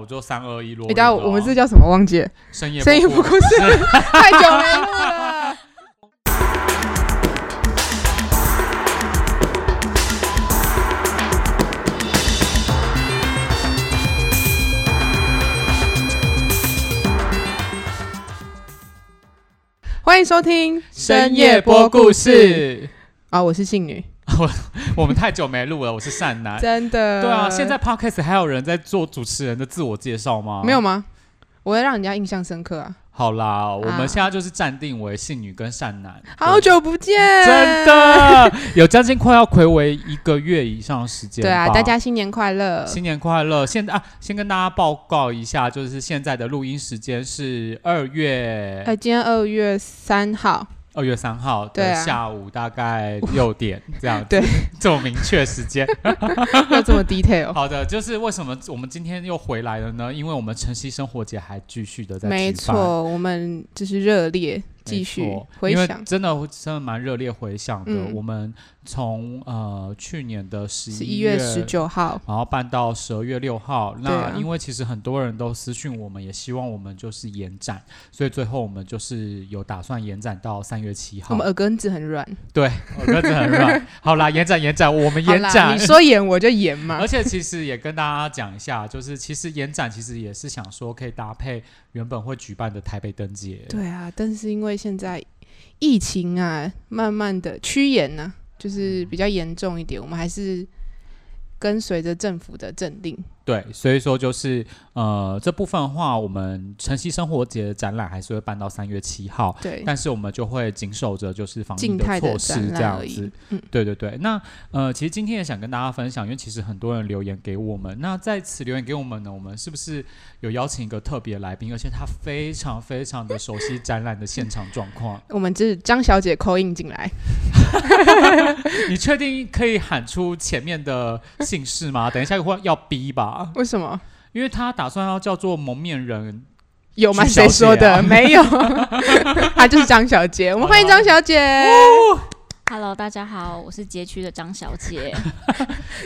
我就三二一落啊日哎，等下落我们这叫什么？忘记 了，深夜深夜不不故事，太久没录了。欢迎收听 啊！我是性女，我们太久没录了，我是善男。真的。哎 对啊，现在 podcast 还有人在做主持人的自我介绍吗？没有。吗？我要让人家印象深刻啊！好啦，我们现在就是暂定为性女跟善男。好久不见，对。真。的有将近快要暌违一个月以上的时间吧。对啊，大家呃新年快乐！新年快乐！现在啊，先跟大家报告一下，就是现在的录音时间是二月哎，今天二月三号，二月三号对的啊下午大概六点这样子，对， 这么明确时 间。要 这么 detail？好的，就是为什么我们今天又回来了呢？因为我们晨曦生活节还继续的在没举办，错，我们就是热烈继续没错回因为想真的真的蛮热烈回想的。嗯我们从呃去年的十十一一月十。九号，然后办到十二月六号，对那啊因为其实很多人都私讯我们，也希望我们就是延展，所以最后我们就是有打算延展到三月七我号们。耳根子很软。对，我鸽子很 软。好啦，延展延展，我们好延啦，展你。说演我就演嘛而。且其实也跟大家讲一下，就是其实延展其实也是想说可以搭配原本会举办的台北灯节。对啊，但是因为现在疫情啊，慢慢的趋严呢、就嗯是比较严重一点，我们还是跟随着政府的政令。对所以说就是呃这部分的话，我们晨曦生活节的展览还是会办到三月七号。对，但是我们就会谨守着就是防疫静态的措施展这览样而子已，。嗯，对对对，那呃，其实今天也想跟大家分享，因为其实很多人留言给我们，那在此留言给我们呢，我们是不是有邀请一个特别来宾，而且他非常非常的熟悉展览的现场状 况？我们就是张小姐扣印进来，你确定可以喊出前面的姓氏吗？等一下会要逼吧，为什么？因为他打算要叫做蒙面人，有吗？徐小谁姐说的？啊哦 没有，她就是张小姐。我们欢迎张小姐。 Hello，大家好，我是街区的张小姐。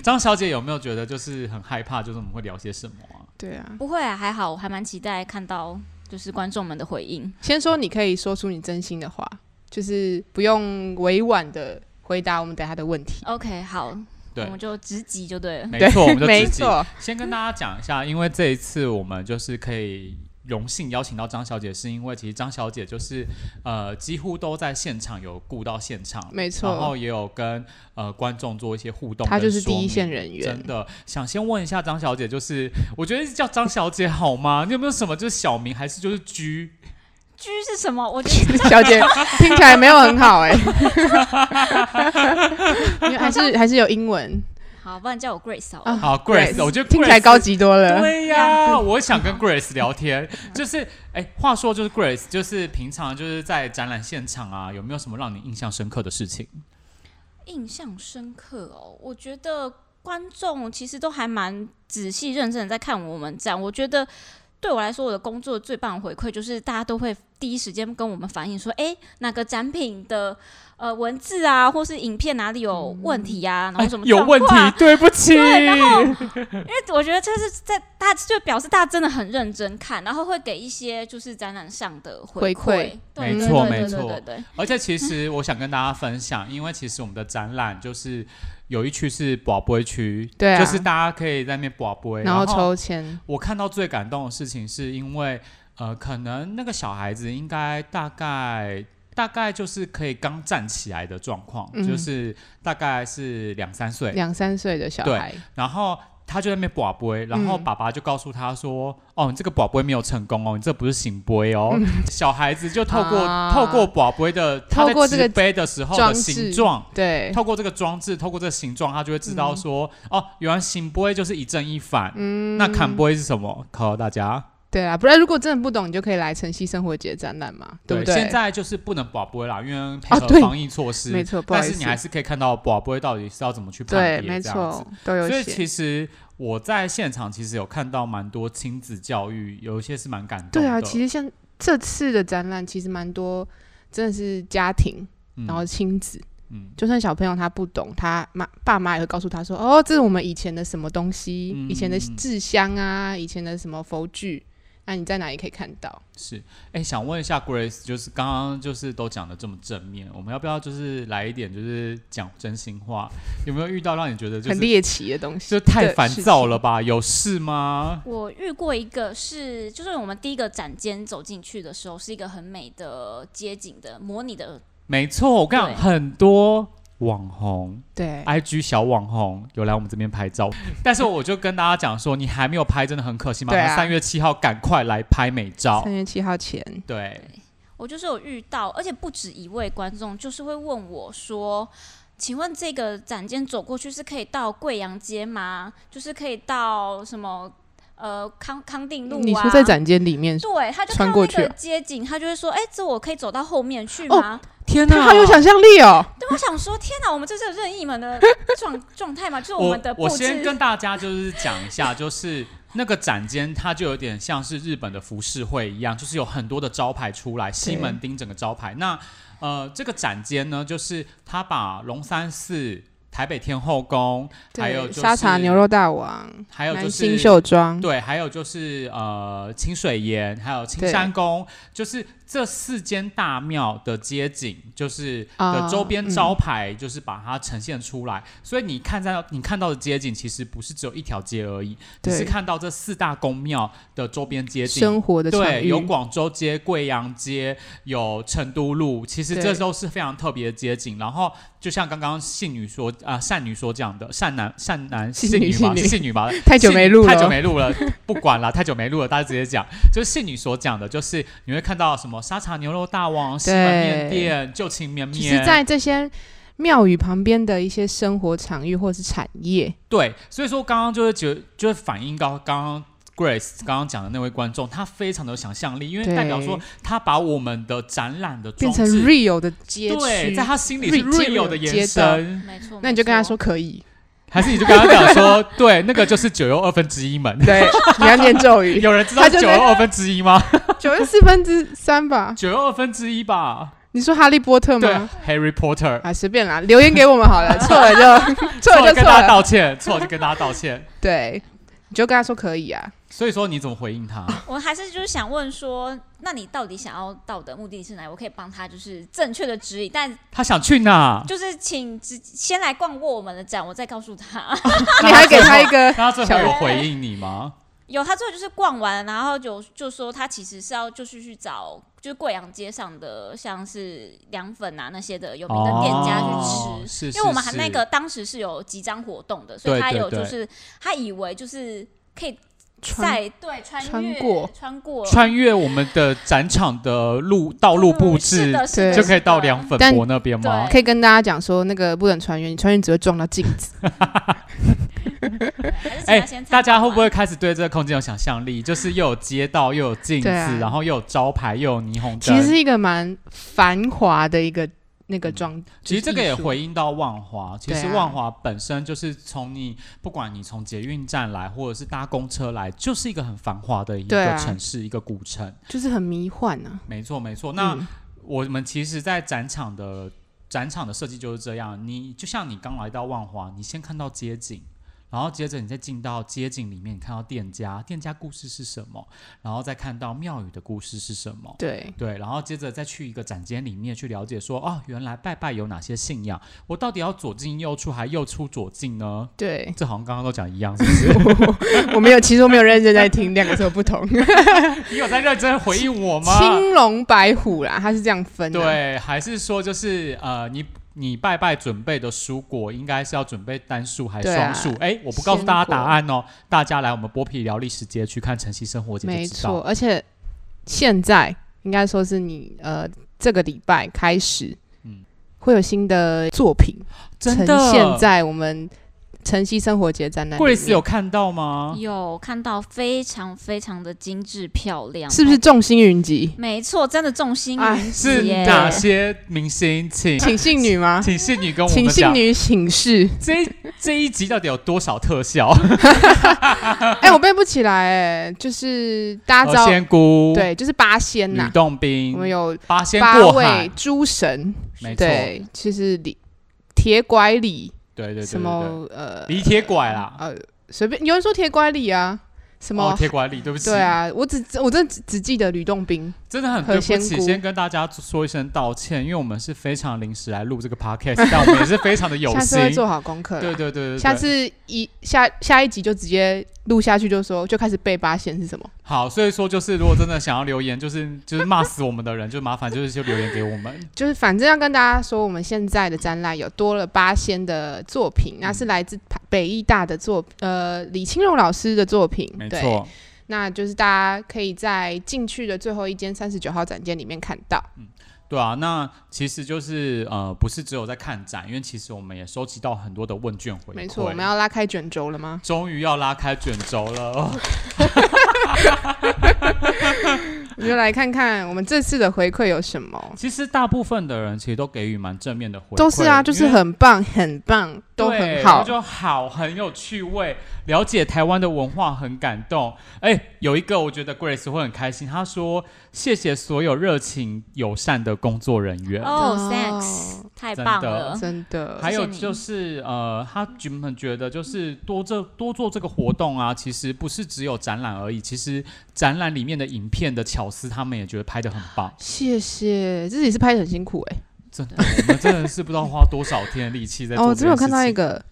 张小姐有没有觉得就是很害怕，就是我们会聊些什么 啊？对啊，不会啊，还好，我还蛮期待看到就是观众们的回应。先说你可以说出你真心的话，就是不用委婉的回答我们等下的问题。 OK，好，我对们，就直击就对了。没错，我们就没直接错，先跟大家讲一下，因为这一次我们就是可以荣幸邀请到张小姐，是因为其实张小姐就是呃几乎都在现场有顾到现场，没错然后也有跟呃观众做一些互动，她就是第一线。人员真。的想先问一下张小姐，就是我觉得叫张小姐好吗？你有没有什么就是小名还是就是 G？居是什么？我觉得 小姐听起来没有很好 哎、因为还是还是有英文好，不然叫我 Grace 好了。啊好，Grace，我觉得 Grace 听起来高级多了。对呀、我想跟 Grace 聊天，就是哎、话说就是 Grace，就是平常就是在展览现场啊，有没有什么让你印象深刻的事情？印象深刻哦，我觉得观众其实都还蛮仔细认真的在看我们展。我觉得对我来说，我的工作最棒的回馈就是大家都会第一时间跟我们反映说，哎，哪个展品的呃文字啊，或是影片哪里有问题啊，然后什么、嗯哎有问题，对不起。对，然后因为我觉得这是在大就表示大家真的很认真看，然后会给一些就是展览上的回回馈馈，对没对错对没对对错对对，而且其实我想跟大家分享，因为其实我们的展览就是有一区是宝贝区，对啊就是大家可以在那边宝贝，然后然抽签，我看到最感动的事情，是因为呃，可能那个小孩子应该大概大概就是可以刚站起来的状况，嗯就是大概是两三岁，两三岁的小对孩，然后。他就在那边卜杯，然后嗯爸爸就告诉他说：“哦，你这个卜杯没有成功哦，你这不是醒杯哦。 小孩子就透过、嗯啊透过卜杯的，他透过在这个掷杯的时候装的置形状，对，透过这个装置，透过这个形状，他就会知道说：哦，原来醒杯就是一正一反。嗯那砍杯是什么？考考大家。对啊，不然如果真的不懂，你就可以来晨曦生活节展览嘛，不对？啊现在就是不能保播啦，因为配合对防疫措施。没错，不好但意是思你，还是可以看到保播到底是要怎么去判对，别，没这样子错。，都有所以写。其实我在现场其实有看到蛮多亲子教育，有一些是蛮感动的。对啊，其实、实像这次的展览，其实蛮多真的是家庭，然后亲子，嗯就算小朋友他不懂，他妈爸妈也会告诉他说：“哦，这是我们以前的什么东西，嗯以前的嗯嗯制香啊，以前的什么佛具，那、你在哪里可以看到是，哎、想问一下 Grace，就是刚刚就是都讲的这么正面，我们要不要就是来一点就是讲真心话？有没有遇到让你觉得就很是猎奇的东西？”就太的烦事躁情了吧？有事吗？我遇过一个是，就是我们第一个展间走进去的时候，是一个很美的街景的模拟的，没错，我跟你讲，对很多网红对， IG 小网红有来我们这边拍照， 但是我就跟大家讲说，你还没有拍，真的很可惜嘛。对啊三月七号赶快来拍美照三。月七号前，对，我就是有遇到，而且不止一位观众，就是会问我说。请问这个展间走过去是可以到贵阳街吗？就是可以到什么呃康康定路啊？你说在展间里面，对，他就穿看到过那去个啊哦街景，他就会说：“哎、这我可以走到后面去吗？”天他好有想象力哦。对，我想说，天哪，我们这是任意门的状 状态嘛，就是我们的布我置先跟大家就是讲一下，就是那个展间，它就有点像是日本的服饰会一样，就是有很多的招牌出来，西门町整个招牌。那呃，这个展间呢，就是它把龙山寺、台北天后宫，还有对就是沙茶牛肉大王，还有就南是新秀庄，对，还有就是呃清水岩，还有青对山宫，就是这四间大庙的街景，就是的啊周边招牌，就是把它呈现出来。所以你看到你看到的街景，其实不是只有一条街而已，只对是看到这四大宫庙的周边街景。生活的场对，域，有广州街、贵阳街，有成都路，其实这对都是非常特别的街景。然后，就像刚刚信女说啊、善女所讲的，善男善男信信女女信吧，是女信女吧， 太久信没录了，太久没录了，不管了，太久没录了，大家直接讲，就是信女所讲的，就是你会看到什么沙茶牛肉大王、西门面店、旧情绵只绵，是在这些庙宇旁边的一些生活场域或是产业，对，所以说刚刚就是觉就是反映到刚刚 Grace 刚刚讲的那位观众，他非常的有想象力，因为对代表说他把我们的展览的变装成置。 real 的街对，区在。他心里是 Real real 的街延道伸，没错，那你就跟他没错说，可以，还是你就跟他讲说，对，那个就是九又二分之一门。对， 你要念咒 语，有人知道他就九在又二分之一吗？九十四分之三吧？九又二分之一吧。你说哈利波特对吗？ ，Harry Potter。啊，随便啦，留言给我们好 了，错了就错了就跟错大家了，道歉，错了就跟大家道歉。对，你就跟他说可以啊，所以说你怎么回应他？我还是就是想问说，那你到底想要到的目的是哪？我可以帮他就是正确的指引，但他想去哪？就是请直先来逛过我们的展，我再告诉他。 你还给他一个那他最小后有回应你吗？有他最后就是逛完，然后就就说他其实是要就是去找就是贵阳街上的像是凉粉啊那些的有名的店家哦去吃。是因为我们还是那个当时是有集章活动的，所以对他对有对就是他以为就是可以穿在对穿穿越过穿过是穿越我们的展场的路道路布嗯是置，的是的就可以到是的凉粉但博那边吗？可以跟大家讲说，那个不能穿越，你穿越只会撞到镜子。还是请哎他先，参大家观会不会开始对这个空间有想象力？就是又有街道，又有镜子，对啊然后又有招牌，又有霓虹灯。其实是一个蛮繁华的一个那个装，嗯其实这个也会。回应到万华，其对实啊万华本身就是从你不管你从捷运站来，或者是搭公车来，就是一个很繁华的一对个啊城市，一个古城。就是很迷幻啊。没错，没错。那、嗯我们其实，在展场的展场的设计就是这样，你就像你刚来到万华，你先看到街景。然后接着你再进到街景里面，你看到店家，店家故事是什么？然后再看到庙宇的故事是什么？对，对，然后接着再去一个展间里面去了解说，哦，原来拜拜有哪些信仰？我到底要左进右出，还右出左进呢？ 对这好像刚刚都讲一样，是 不我没有，其实我没有认真在听，两个是有不 同。是？你有在认真回应我吗？青龙白虎啦，它是这样分的。，对，还是说就是呃，你你拜拜准备的蔬果应该是要准备单数还是对啊双数？哎、我不告诉鲜大家答果案哦，大家来我们剥皮聊历史街去看晨曦生活节没就知道错。。而且现在应该说是你呃这个礼拜开始，嗯会有新的作品呈真的，现在我们晨曦生活节展览里面。贵里斯有看到吗？有看到非常非常的精致漂亮，哦是不是？众星云集？没错，真的众星哎云是集耶。哪些明星？请请信女吗？请信女跟我们请信讲，女请示。这一这一集到底有多少特效？哎、我背不起来、哎，就是大家何知道，呃哦仙姑，，对，就是八仙吕呐、洞我们宾，有八仙八过位海，诸神，没错，对，其实里铁拐李，对对对对对，什么呃离铁拐啦，呃，随便有人说铁拐李啊，什么哦铁拐李，对不起，对啊，我只我真的只只记得吕洞宾，真的很和对不仙起，菇先跟大家说一声道歉，因为我们是非常临时来录这个 podcast，但我们也是非常的有下次心。会做好功课啦。对对对对，下对次一下下一集就直接录下去，就说就开始背八仙是什么。好，所以说就是如果真的想要留言，就是就是骂死我们的人，就麻烦就是就留言给我们。就是反正要跟大家说，我们现在的展览有多了八仙的作品，那嗯是来自北艺大的作呃李清荣老师的作品，没对，错，那就是大家可以在进去的最后一间三十九号展间里面看到。对啊，那其实就是呃，不是只有在看展，因为其实我们也收集到很多的问卷回馈。没错，我们要拉开卷轴了吗？终于要拉开卷轴了。哦我们就来看看我们这次的回馈有什么。其实大部分的人其实都给予蛮正面的回馈，都是啊，就因是为很棒，很棒，都对很好。就好，很有趣味，了解台湾的文化很感动。哎，有一个我觉得 Grace 会很开心，她说谢谢所有热情友善的工作人员。哦、哦 t h a n k s 太真棒的了，真的，还有谢谢你就是，呃，他原本觉得就是多这多做这个活动啊，其实不是只有展览而已，其实展览里面的影片的巧思，他们也觉得拍的很棒。谢谢，自己是拍的很辛苦哎、真的，我们真的是不知道花多少天的力气在哦，做我这这件事情。边有看到一个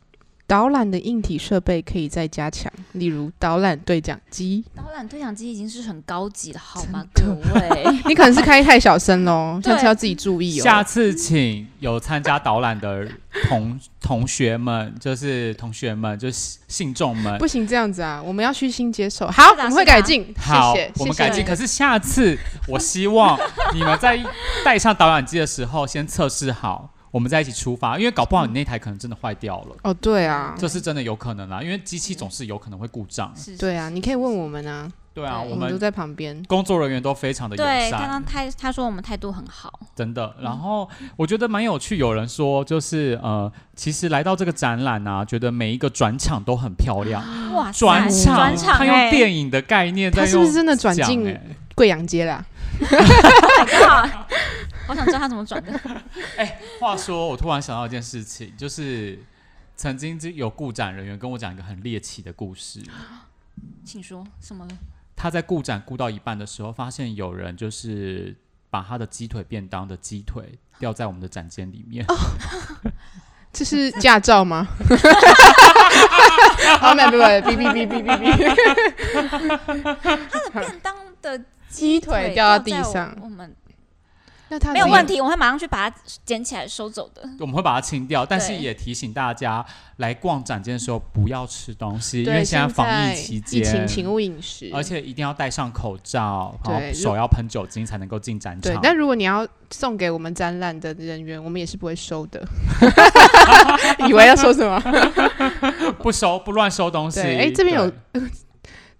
导览的硬体设备可以再加强，例如导览对讲 机。导览对讲机已经是很高级了，好吗，真 各位？你可能是开太小声喽，对下次要自己注意下哦。次请有参加导览的同同学们，就是同学们，就是信众们。不行这样子啊，我们要虚心接受。好，是的我们会改进，好，谢谢，我们谢谢改进。可是下次，我希望你们在带上导览机的时候，先测试好，我们再一起出发。因为搞不好你那台可能真的坏掉了，哦，对啊，这是真的有可能啦。因为机器总是有可能会故障。是对啊，你可以问我们啊，对啊，对我我们都们在旁边。工作人员都非常的友对，刚善。刚态他说我们态度很好，真的。嗯然后我觉得蛮有趣，有人说就是呃，其实来到这个展览啊，觉得每一个转场都很漂亮。哇塞，转场，转场他用哎电影的概念在啊他用是不是真的转讲进哎贵阳 街啦？ Oh my god！我想知道他怎么转的。话说，我突然想到一件事情，就是曾经就有顾展人员跟我讲一个很猎奇的故事。请说什么了？他在顾展顾到一半的时候，发现有人就是把他的鸡腿便当的鸡腿掉在我们的展间里面。这是驾 照吗？好，没有没有，哔哔哔哔哔哔。便当的鸡腿掉到地在我上我们那他没有自己问题，我会马上去把它捡起来收走的。我们会把它清掉，但是对也提醒大家来逛展间的时候不要吃东西，因对，为现在防在疫期疫情间，请勿饮食，而且一定要戴上口罩，然后对手要喷酒精才能够进展场。对，但如果你要送给我们展览的人员，我们也是不会 收的。以为要收什么？不收不乱收东西。对哎这边有对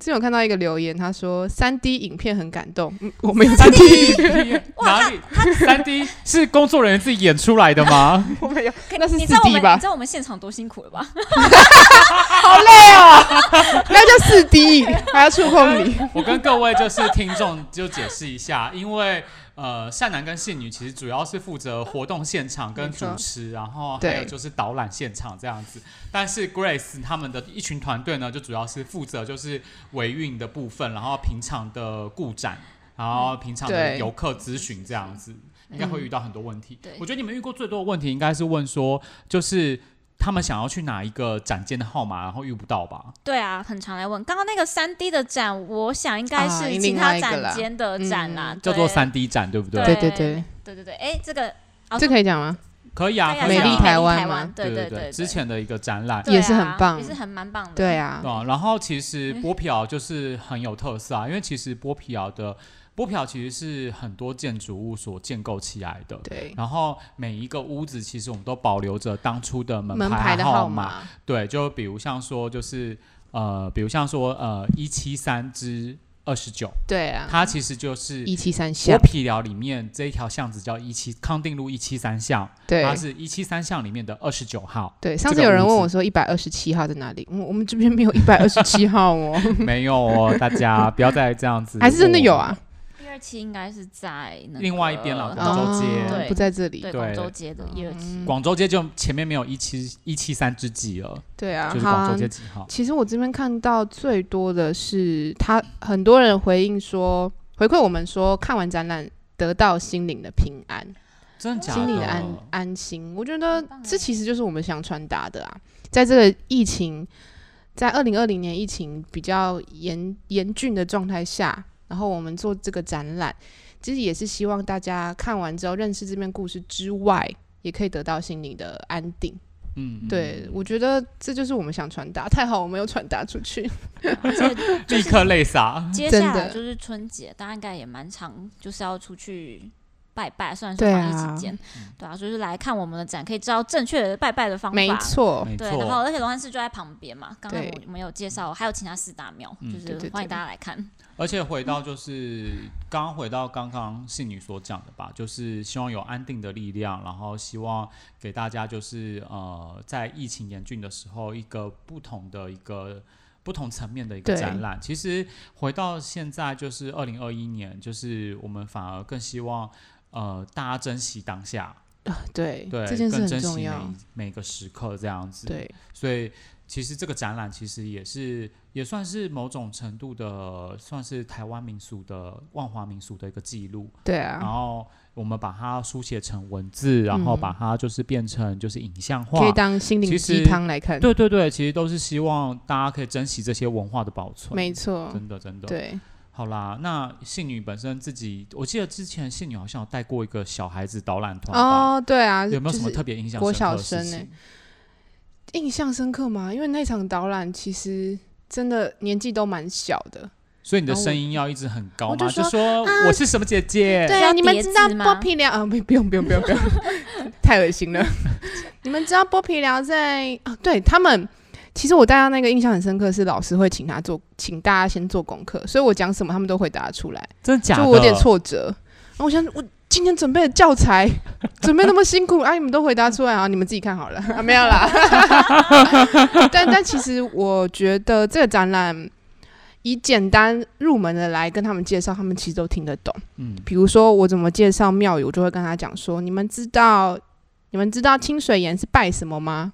之前有看到一个留言，他说三 D 影片很感动，嗯，我们有三三 D， D 哪里？三 D 是工作人员自己演出来的吗？我们有，可那是你知道四我 D 们吧你知道我们现场多辛苦了吧？好 累哦，那叫四 D，还要触碰你。我跟各位就是听众就解释一下，因为呃，善男跟信女其实主要是负责活动现场跟没错主持，然后还对有就是导览现场这样子。但是 Grace 他们的一群团队呢，就主要是负责就是维运的部分，然后平常的顾展，然后平常的对游客咨询这样子。应该会遇到很多问题。对我觉得你们遇过最多的问题应该是问说，就是他们想要去哪一个展间的号码，然后遇不到吧？对啊，很常来问。刚刚那个三 D 的展，我想应该啊是其另他外一个展啦嗯间的展啦，叫做对三 D 展，对不对？对对对，对对对，哎，这个哦这可以讲吗？可以啊，大概可以美啊丽台湾吗对对对之前的一个展览。对啊也是很棒也是很蛮棒的。对，啊，啊、然后其实波皮奥就是很有特色啊，因为其实波皮奥的波皮奥其实是很多建筑物所建构起来的，对，然后每一个屋子其实我们都保留着当初的门门牌的号码，码，对，就比如像说，就是呃，比如像说呃，一七三之二十九，对啊，它其实就是一七三巷国，皮寮里面这一条巷子叫一七康定路一七三巷，对。它是一七三巷里面的二十九号对。上次这个有人屋问子我说一百二十七号在哪里？我我们这 边 没有一百二十七号哦，没有哦，大家不要再这样子。还是真的有啊？？二期应该是在那个另外一边啦广州街哦对不在这里，对对广州街的一二期。嗯广州街就前面没有一七一七三之几了，对啊，就是好广啊州街几号？其实我这边看到最多的是他，很多人回应说，回馈我们说看完展览得到心灵的平安，真的假嗯心里的安的？安心。我觉得很棒这欸其实就是我们想传达的啊，在这个疫情，在二零二零年疫情比较严严峻的状态下，然后我们做这个展览，其实也是希望大家看完之后认识这篇故事之外，也可以得到心灵的安定。嗯，嗯对，我觉得这就是我们想传达，太好，我们又传达出去。而且立刻泪洒。接真下来的就是春节，大家应该也蛮常就是要出去拜拜，虽然说对啊防疫期间，嗯对啊，就是来看我们的展，可以知道正确的拜拜的方法。没错，没对，错，然后而且龙安寺就在旁边嘛，刚刚对我们有介绍，还有其他四大庙，嗯就对是对欢迎对大家来看。而且回到就是刚刚回到刚刚信女所讲的吧，就是希望有安定的力量，然后希望给大家就是呃，在疫情严峻的时候，一个不同的一个不同层面的一个对展览。其实回到现在就是二零二一年，就是我们反而更希望呃大家珍惜当下，对，对，这件事更很珍惜重每要。每个时刻这样子。对，所以其实这个展览其实也是也算是某种程度的，算是台湾民俗的万华民俗的一个记录。对然啊，嗯后我们把它书写成文字，然后把它就是变成就是影像化。可以当心灵其鸡实汤来看。对对对，其实都是希望大家可以珍惜这些文化的保存。没错，真的真的。对，好啦，那信女本身自己，我记得之前信女好像有带过一个小孩子导览团吧。哦，对啊，有没有什么就是特别印象国深刻的小事生欸情？印象深刻吗？因为那场导览其实真的年纪都蛮小的。所以你的然后我声音要一直很高我吗？就说啊我是什么姐姐？对需啊，要你们叠知道字吗剥皮寮啊？不，不用，不用，不用， 不用，太恶心了。 你们知道剥皮寮在啊？对他们，其实我大家那个印象很深刻，是老师会请他做，请大家先做功课，所以我讲什么他们都回答得出来。真的假的？就我有点挫折。然后我想，我今天准备的教材 准备那么辛苦，啊，你们都回答出来啊，你们自己看 好了啊，没有啦。 但但其实我觉得这个展览以简单入门的来跟他们介绍，他们其实都听得懂。嗯，比如说我怎么介绍庙宇，我就会跟他讲说，你们知道你们知道清水岩是拜什么吗？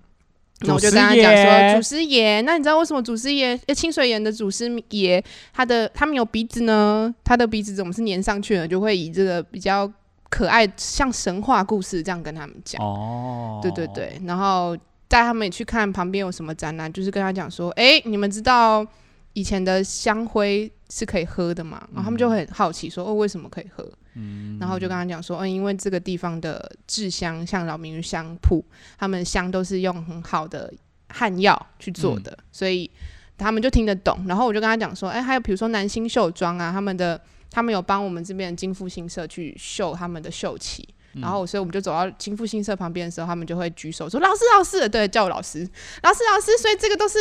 那我就跟他讲祖师爷说，祖师爷。那你知道为什么祖师爷、呃清水岩的祖师爷，他的他们有鼻子呢？他的鼻子怎么是粘上去的？就会以这个比较可爱，像神话故事这样跟他们讲。哦，对对，对，然后带他们也去看旁边有什么展览，就是跟他讲说，哎、你们知道以前的香灰是可以喝的嘛？然后他们就会很好奇说，哦，为什么可以喝？嗯，然后就跟他讲说，嗯，因为这个地方的制香，像老明香铺，他们香都是用很好的汉药去做的，所以他们就听得懂。然后我就跟他讲说，哎、还有比如说南星绣庄啊，他们的他们有帮我们这边的金复兴社去绣他们的绣旗。嗯然后，所以我们就走到金复兴社旁边的时候，他们就会举手说：“老师，老师！”对，叫我老师，老师，老师。所以这个都是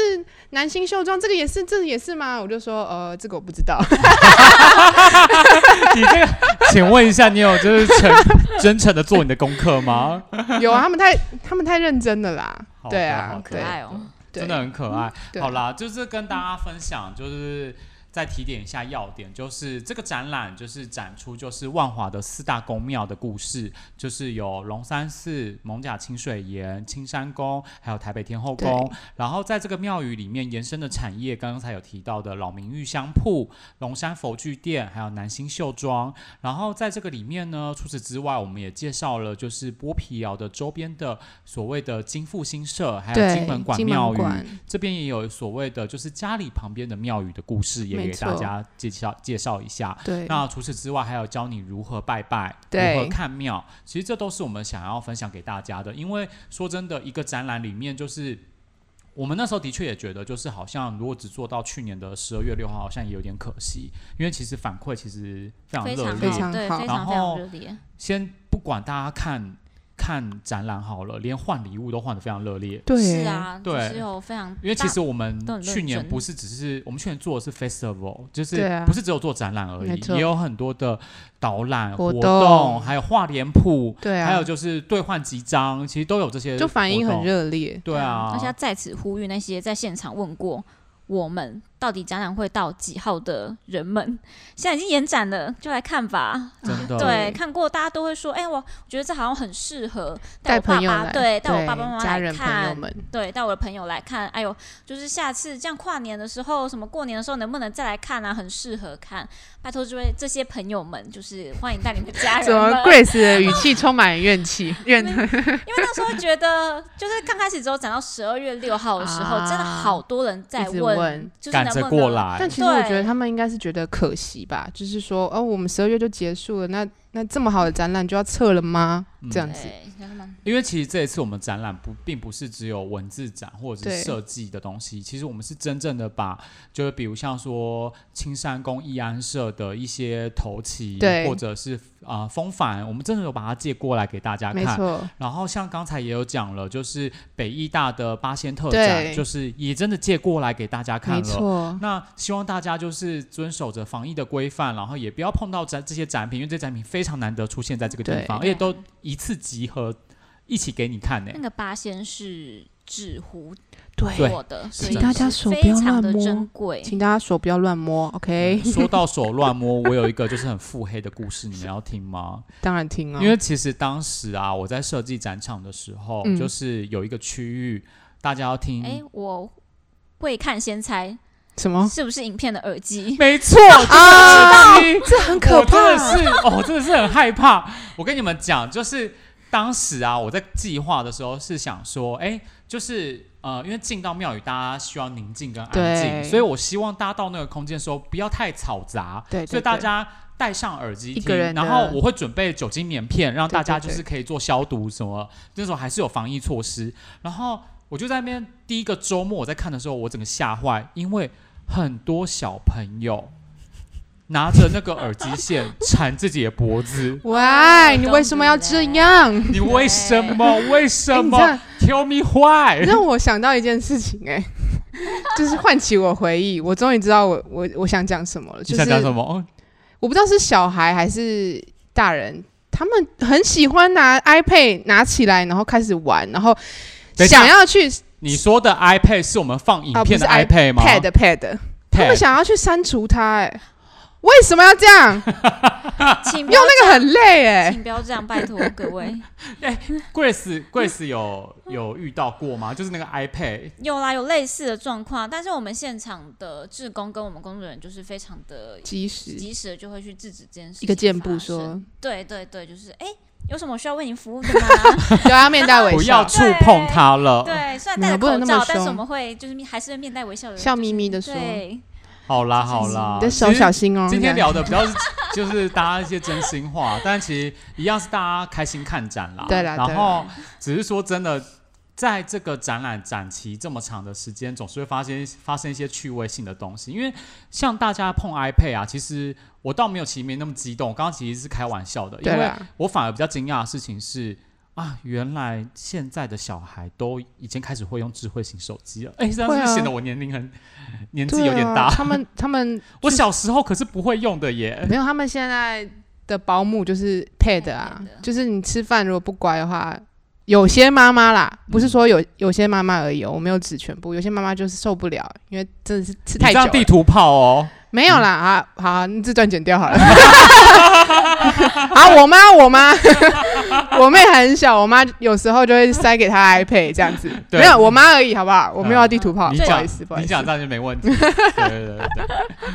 南星绣庄，这个也是，这个也是吗？我就说：“呃，这个我不 知道。 你这个，请问一下，你有就是诚 真诚的做你的功课吗？”有啊，他们太他们太认真了啦好。对好啊，可对爱哦、对真的很可爱。对好啦，就是跟大家分享，就是再提点一下要点，就是这个展览就是展出就是万华的四大宫庙的故事，就是有龙山寺、蒙甲清水岩、青山宫，还有台北天后宫。然后在这个庙宇里面延伸的产业，刚刚才有提到的老明玉香铺、龙山佛具店，还有南星绣庄。然后在这个里面呢，除此之外，我们也介绍了就是剥皮窑的周边的所谓的金复兴社，还有对，金门馆金庙门宇，馆这边也有所谓的，就是家里旁边的庙宇的故事，也没给大错家介绍介绍一下。对，那除此之外，还有教你如何拜拜，对如何看庙。其实这都是我们想要分享给大家的。因为说真的，一个展览里面就是。我们那时候的确也觉得，就是好像如果只做到去年的十二月六号，好像也有点可惜，因为其实反馈其实非常非热常烈非，常对，好非然常非后常热烈。先不管大家看看展览好了，连换礼物都换得非常热烈。对是，啊，就对是有非常大，因为其实我们都很认去年真不是只是我们去年做的是 festival，就是对啊不是只有做展览而没已，错也有很多的导览活动，动还有画脸谱，对啊，还有就是兑换几张，其实都有这些，就反应很。热烈。对啊而且，要在此呼吁那些在现场问过我们到底展览会到几号的人们，现在已经延展了，就来看吧。真的对，看过大家都会说，哎、我我觉得这好像很适合带带我爸朋友爸，来，对，带我爸爸妈妈家来人朋看友，们，对，带我的朋友来看。哎呦，就是下次这样跨年的时候，什么过年的时候，能不能再来看啊？很适合看，拜托这位这些朋友们，就是欢迎带你们家人怎么们 Grace 的语气充满怨 气？怨因为那时候觉得，就是刚开始只有讲到十二月六号的时候，啊真的好多人在一直问就是赶能着不过能来但，其实我觉对得他们应该是觉得可惜吧，就是说，哦，我们十二月就结束了，那那这么好的展览就要撤了吗？嗯这样子，对，那个蛮因为其实这一次我们展览不并不是只有文字展或者对是设计的东西，其实我们是真正的把，就是比如像说青山宫义安社的一些头旗，对或者是啊风帆，我们真的有把它借过来给大家没看。错，然后像刚才也有讲了，就是北艺大的八仙特展，对就是也真的借过来给大家看没了。错，那希望大家就是遵守着防疫的规范，然后也不要碰到展这些展品，因为这些展品非常难得出现在这个地方，而对且都一次集合一起给你看呢、那个八仙是纸糊对，做的，所请以大家是手非不要常乱的摸珍贵。请大家手不要乱摸，OK？说到手乱摸，我有一个就是很腹黑的故事，你们要听吗？当然听啊，因为其实当时啊，我在设计展场的时候，嗯就是有一个区域，大家要听，哎，我会看先猜什么啊是不是影片的耳 机，没错，就是哦那个区域。这很可我真怕，的是，哦，我真的是很害怕。我跟你们讲，就是当时啊，我在计划的时候是想说，哎、就是呃，因为进到庙宇，大家需要宁静跟安静，对所以我希望大家到那个空间的时候不要太嘈杂，对对所以大家。戴上耳机一个听，人的然后我会准备酒精棉片，让大家对就对对。是可以做消毒什么。那时候还是有防疫措施，然后我就在那边第一个周末我在看的时候，我整个吓坏，因为很多小朋友拿着那个耳机线缠自己的脖子 喂，你为什么要这样？你为什么？为什哎你么、这样 t e l l me why？让我想到一件事情、哎，就是唤起我回忆，我终于知道我我我想讲什么了，你就是想讲什么？哦我不知道是小孩还是大人，他们很喜欢拿 iPad 拿起来，然后开始玩，然后等一下想要去你说的 iPad 是我们放影啊，不片是的 iPad 吗 pad pad，他们 Pad 想要去删除它、哎，为什么要这样？请不要用那个很累、哎，请不要这样，拜托各位。 Grace Grace 有有遇到过吗？就是那个 iPad，有啦，有类似的状况，但是我们现场的志工跟我们工作人员就是非常的 及时及时的就会去制止这件事情一个箭步发生 说，对对对，就是哎、有什么需要为您服务的 吗？有要面带微不笑要，触碰它了。对，虽然你们戴着不能那口么罩，但是我凶们会就是面还是会面带微笑的，笑眯眯的说：“对，好啦好啦， 你的手其实小心哦。”今这天样聊的比较是 就是大家一些真心话，但其实一样是大家开心看展啦。对啦对然后啦只是说真的，在这个展览展期这么长的时间，总是会发现发生一些趣味性的东西。因为像大家碰 iPad 啊，其实我倒没有其实没那么激动，我刚刚其实是开玩笑的，因对啊为啦，我反而比较惊讶的事情是。啊，原来现在的小孩都已经开始会用智慧型手机了。哎、这样是不会是啊显得我年龄很、 年纪对有点大啊？他们他们我小时候可是不会用的耶。没有，他们现在的保姆就是 pad 啊 Pad，就是你吃饭如果不乖的话，有些妈妈啦，嗯不是说有有些妈妈而已、哦，我没有指全部，有些妈妈就是受不了，因为真的是吃你太这久样地了。图炮哦，没有啦，啊，好啊你这段剪掉 好了。好，我妈，我妈，我妹还很小，我妈有时候就会塞给她 iPad 这样子。对嗯没有，我妈而已，好不好？我没有要地图炮，你不好讲意思，不好你意思。讲这样就没问 题。对对对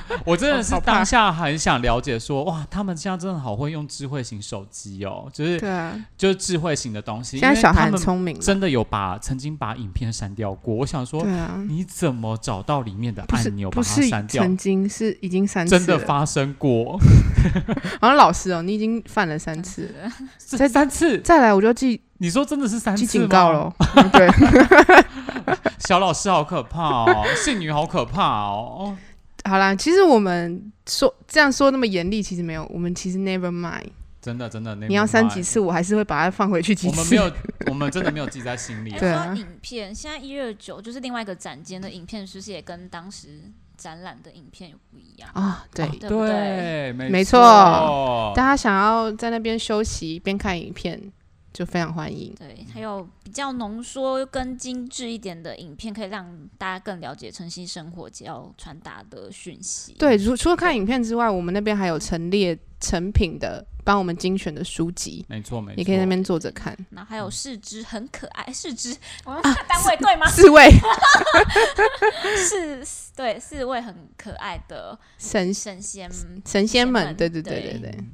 对，我真的是好怕当下很想了解说，哇，他们现在真的好会用智慧型手机哦，就是对啊，就是智慧型的东西，现在因为小孩他很们聪明啦。真的有把曾经把影片删掉过。我想说对，啊，你怎么找到里面的不是按钮把不它是删掉？曾经是已经三次真的了发生过， 好像老师哦，你已经犯了三次了，这三次，再来我就记你说真的是三次记吗警告了。哦。嗯对， 小老师好可怕哦，性女好可怕哦。好啦，其实我们说这样说那么严厉，其实没有，我们其实 never mind。真的真的，你要删次。几次，我还是会把它放回去几我次。们没有，我们真的没有记在心里哎啊。对啊说到影片，现在一月九就是另外一个展间的影片，是不是也跟当时展览的影片有不一样？ 啊，对， 对不对没没错。大家想要在那边休息边看影片，就非常欢嗯迎。对，还有比较浓缩跟精致一点的影片，可以让大家更了解晨曦生活节要传达的讯息。对，除除了看影片之外，我们那边还有陈列成品的，帮我们精选的书籍，没错没错，你可以在那边坐着看。然后还有四肢很可爱，四肢我们是单位对吗？四位四对四位很可爱的神神仙，神仙们，们对对对对对对，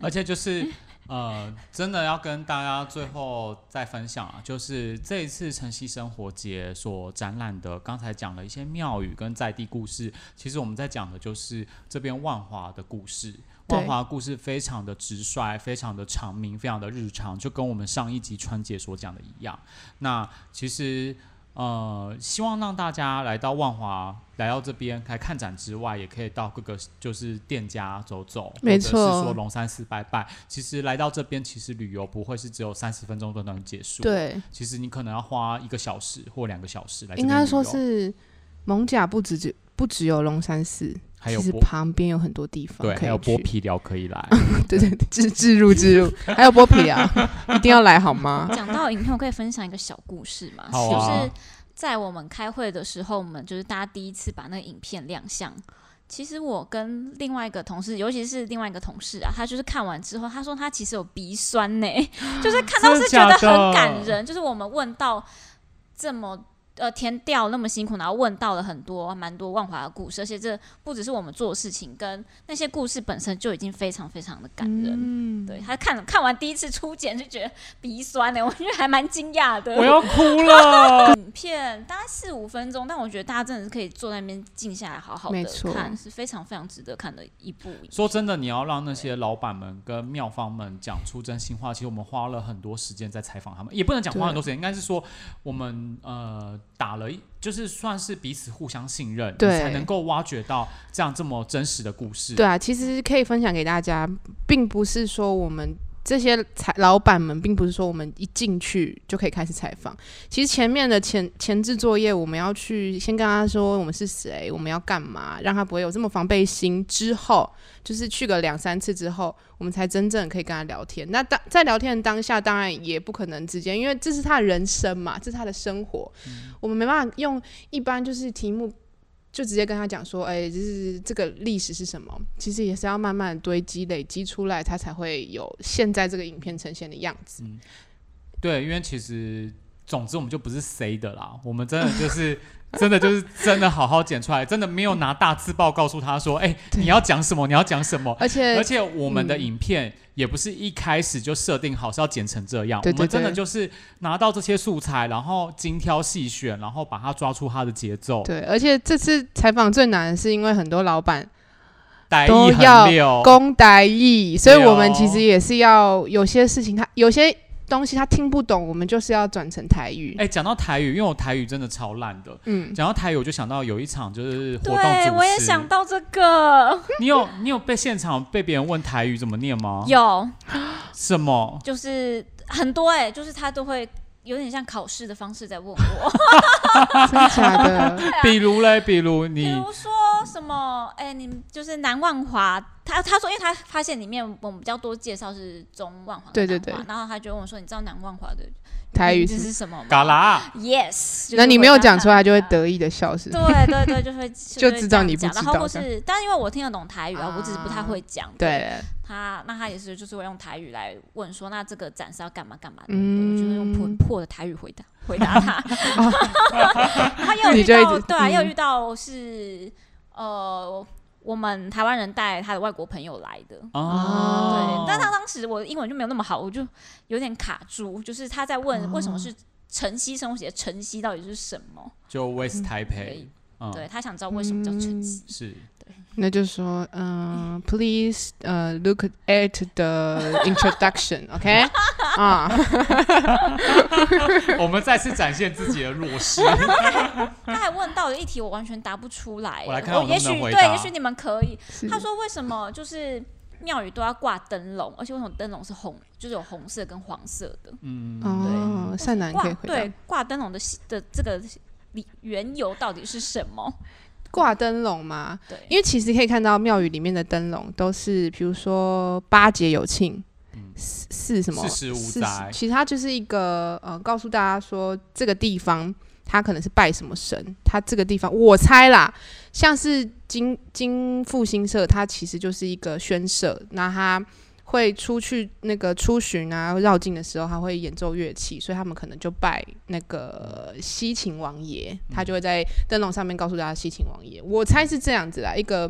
而且就是呃，真的要跟大家最后再分享啊，就是这一次晨曦生活节所展览的，刚才讲了一些庙宇跟在地故事，其实我们在讲的就是这边万华的故事。对万华故事非常的直率，非常的长明，非常的日常，就跟我们上一集川姐所讲的一样。那其实呃，希望让大家来到万华，来到这边来看展之外，也可以到各个就是店家走走，没或者错是说龙山寺拜拜。其实来到这边，其实旅游不会是只有三十分钟就能结束，，对，其实你可能要花一个小时或两个小时来这应边旅游，该说是蒙甲不只只不只有龙山寺，还其有实剥旁边有很多地方对，可还有以剥去。皮寮可以来，对对，置置入置入， 还有剥皮啊，一定要来好吗？讲到影片，我可以分享一个小故事吗？好啊就是在我们开会的时候，我们就是大家第一次把那个影片亮相。其实我跟另外一个同事，尤其是另外一个同事啊，他就是看完之后，他说他其实有鼻酸呢、 就是看到是觉得真的假的很感人。就是我们问到这么呃填调那么辛苦，然后问到了很多蛮多万华的故事，而且这不只是我们做的事情，跟那些故事本身就已经非常非常的 感人。嗯，对他看看完第一次初检就觉得鼻酸欸 呢、我觉得还蛮惊讶的。 我要哭了。影片大概四五分钟，但我觉得大家真的是可以坐在那边静下来，好好没的错看，是非常非常值得看的一部影片。说真的，你要让那些老板们跟妙方们讲出真心话，其实我们花了很多时间在采访他们，也不能讲花很多时间，应该是说我们呃打了一，就是算是彼此互相信任，你对才能够挖掘到这样这么真实的故事。对啊，其实可以分享给大家，并不是说我们这些采老板们，并不是说我们一进去就可以开始采访。其实前面的前前置作业，我们要去先跟他说我们是谁，我们要干嘛，让他不会有这么防备心。之后就是去个两三次之后，我们才真正可以跟他聊天。那当在聊天的当下，当然也不可能直接，因为这是他的人生嘛，这是他的生活，我们没办法用一般就是题目就直接跟他讲说，哎、就是这个历史是什么？其实也是要慢慢堆积、累积出来，它才会有现在这个影片呈现的样子。对，因为其实总之我们就不是 C 的啦，我们真的就是 真的就是真的好好剪出来，真的没有拿大字报告诉他说，哎、你要讲什么，你要讲什么，而且呃而且我们嗯的影片也不是一开始就设定好是要剪成这样，对对我们真的对就是拿到这些素材，然后精挑细选，然后把它抓出它的节奏，对，而且这次采访最难的是因为很多老板呆意都很要溜，公台译，所以哦对哦我们其实也是要有些事情他有些东西他听不懂，我们就是要转成台语。哎、讲到台语，因为我台语真的超烂的。嗯，讲到台语，我就想到有一场就是活动主对，持，我也想到这个，你有你有被现场被别人问台语怎么念吗？有什么？就是很多哎、就是他都会有点像考试的方式在问我，真的假的？比如嘞，比如比你如说什么哎、你们就是南万华，他他说，因为他发现里面我们比较多介绍是中万华跟对对南华然后他就问我说，你知道南万华的台语名字是？是什么吗？嘎啦， Yes，就是那你没有讲出来，他就会回答得意的笑是吗？ 对对对，就会 就知道你会这样不知讲道然后或这样是，但因为我听得懂台语啊啊，我只是不太会讲。，对，他那他也是就是会用台语来问说，那这个展是要干嘛干嘛的，嗯我就是用破破的台语回答回答 他。他又你遇就一到直对啊，嗯又遇到是呃。我们台湾人带他的外国朋友来的，对哦，，但他当时我的英文就没有那么好，我就有点卡住，就是他在问为什么是晨曦生活节，晨曦到底是什么？就 West 台北对，嗯，对他想知道为什么叫晨曦。是那就说，嗯、p l e a s e 呃、l o o k at the introduction，OK？、啊，我们再次展现自己的弱势。他还问到了一题，我完全答不出来。我来看看我也能不许能回答对，也许你们可以。是他说为什么就是庙宇都要挂灯笼，而且为什么灯笼是红，就是有红色跟黄色的？嗯，哦，善男可挂以回答对。挂灯笼的的这个理缘由到底是什么？挂灯笼嘛，对，因为其实可以看到庙宇里面的灯笼都是，比如说八节有庆，四四什么嗯四十五四载其实它就是一个呃，告诉大家说这个地方它可能是拜什么神，它这个地方我猜啦，像是金金复兴社，它其实就是一个宣社，那它。会出去那个出巡啊，绕境的时候，他会演奏乐器，所以他们可能就拜那个西秦王爷，他嗯就会在灯笼上面告诉大家西秦王爷。我猜是这样子啦，一个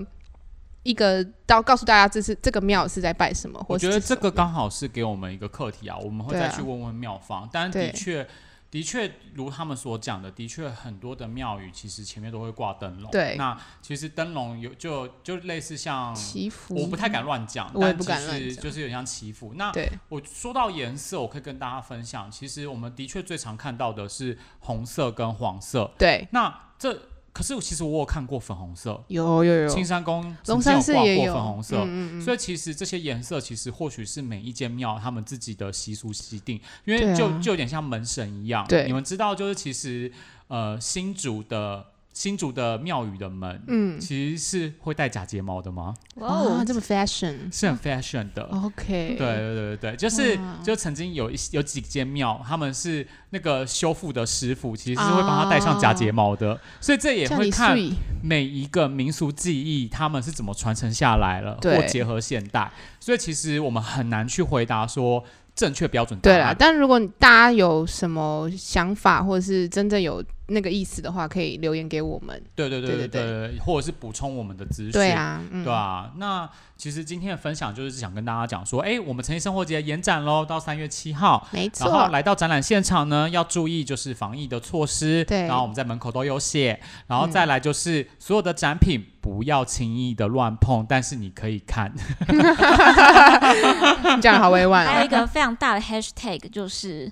一个到告诉大家这是这个庙是在拜什么，或我是觉得这是个刚好是给我们一个课题啊，我们会对啊再去问问妙方。但对的确，的确如他们所讲的，的确很多的庙宇其实前面都会挂灯笼。对那其实灯笼有就就类似像，祈福，嗯我不太敢啊乱讲，我也但不其敢乱实讲就是有点像祈福。那对我说到颜色，我可以跟大家分享，其实我们的确最常看到的是红色跟黄色。对，那这可是其实我有看过粉红色，有有有，青山宫龙曾山经寺有挂也过有粉红色，嗯嗯嗯，所以其实这些颜色其实或许是每一间庙他们自己的习俗习定，因对为啊就、就有点像门神一样。对你们知道，就是其实呃新竹的新竹的庙宇的门，嗯，其实是会戴假睫毛的吗？哇哇，啊哦，啊这么 fashion，OK，、是很 fashion 的。嗯对对对对对，就是哦哇就曾经有一有几间庙，他们是那个修复的师傅，其实是会帮他戴上假睫毛的，所以这也叫会啊你看睡每一个民俗技艺，他们是怎么传承下来了，对或结合现代，所以其实我们很难去回答说正确标准答对啦，案。但如果大家有什么想法，或者是真正有那个意思的话，可以留言给我们。对对对对对对对对，或者是补充我们的资讯。对啊，嗯，对啊，那其实今天的分享就是想跟大家讲说，哎，我们诚毅生活节延展喽，到三月七号。没然后错，来到展览现场呢，要注意就是防疫的措施，对嗯然后我们在门口都有写，然后再来就是所有的展品不要轻易的乱碰，但是你可以看， 你讲的好委婉还哦有一。个非常大的 hashtag 就是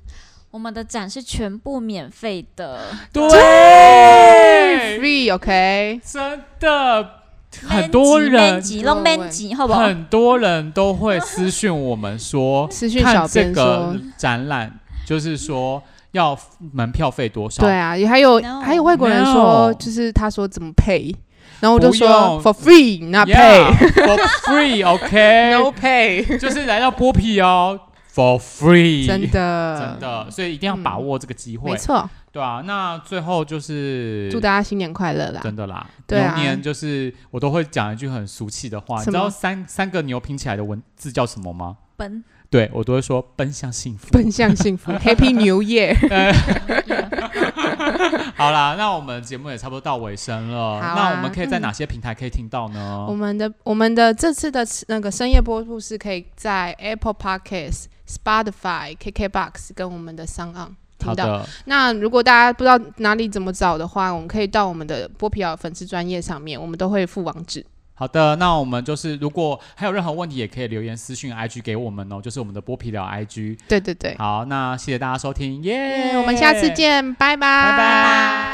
我们的展是全部免费的，对 Free OK，真的 很多人，挤弄对，man 挤，好不好？很多人都会私讯我们说私讯小看这编个说，展览，就是说要门票费多少？对啊，也还有 No 还有外国人说， No 就是他说怎么配，然后我就不说用 for free not pay，no Yeah，for free，OK，、 pay，就是来到剥皮哦，for free，真的真的，所以一定要把握这个机会，没错，对啊。那最后就是祝大家新年快乐啦！真的啦，对啊牛年就是我都会讲一句很俗气的话，你什知么道三三个牛拼起来的文字叫什么吗？本对我都会说奔向幸福。奔向幸福，Happy New Year！好啦，那我们节目也差不多到尾声了，好啊嗯那我们可以在哪些平台可以听到呢我？们的我们的这次的那个深夜播出是可以在 Apple Podcast、Spotify、KKBox 跟我们的 s o n On 好听到。的，那如果大家不知道哪里怎么找的话，我们可以到我们的波皮尔粉丝专业上面，我们都会附网址。好的，那我们就是如果还有任何问题，也可以留言私讯 IG 给我们哦，就是我们的剥皮聊 IG。对对对，好，那谢谢大家收听，耶、嗯，我们下次，见，拜拜，拜拜。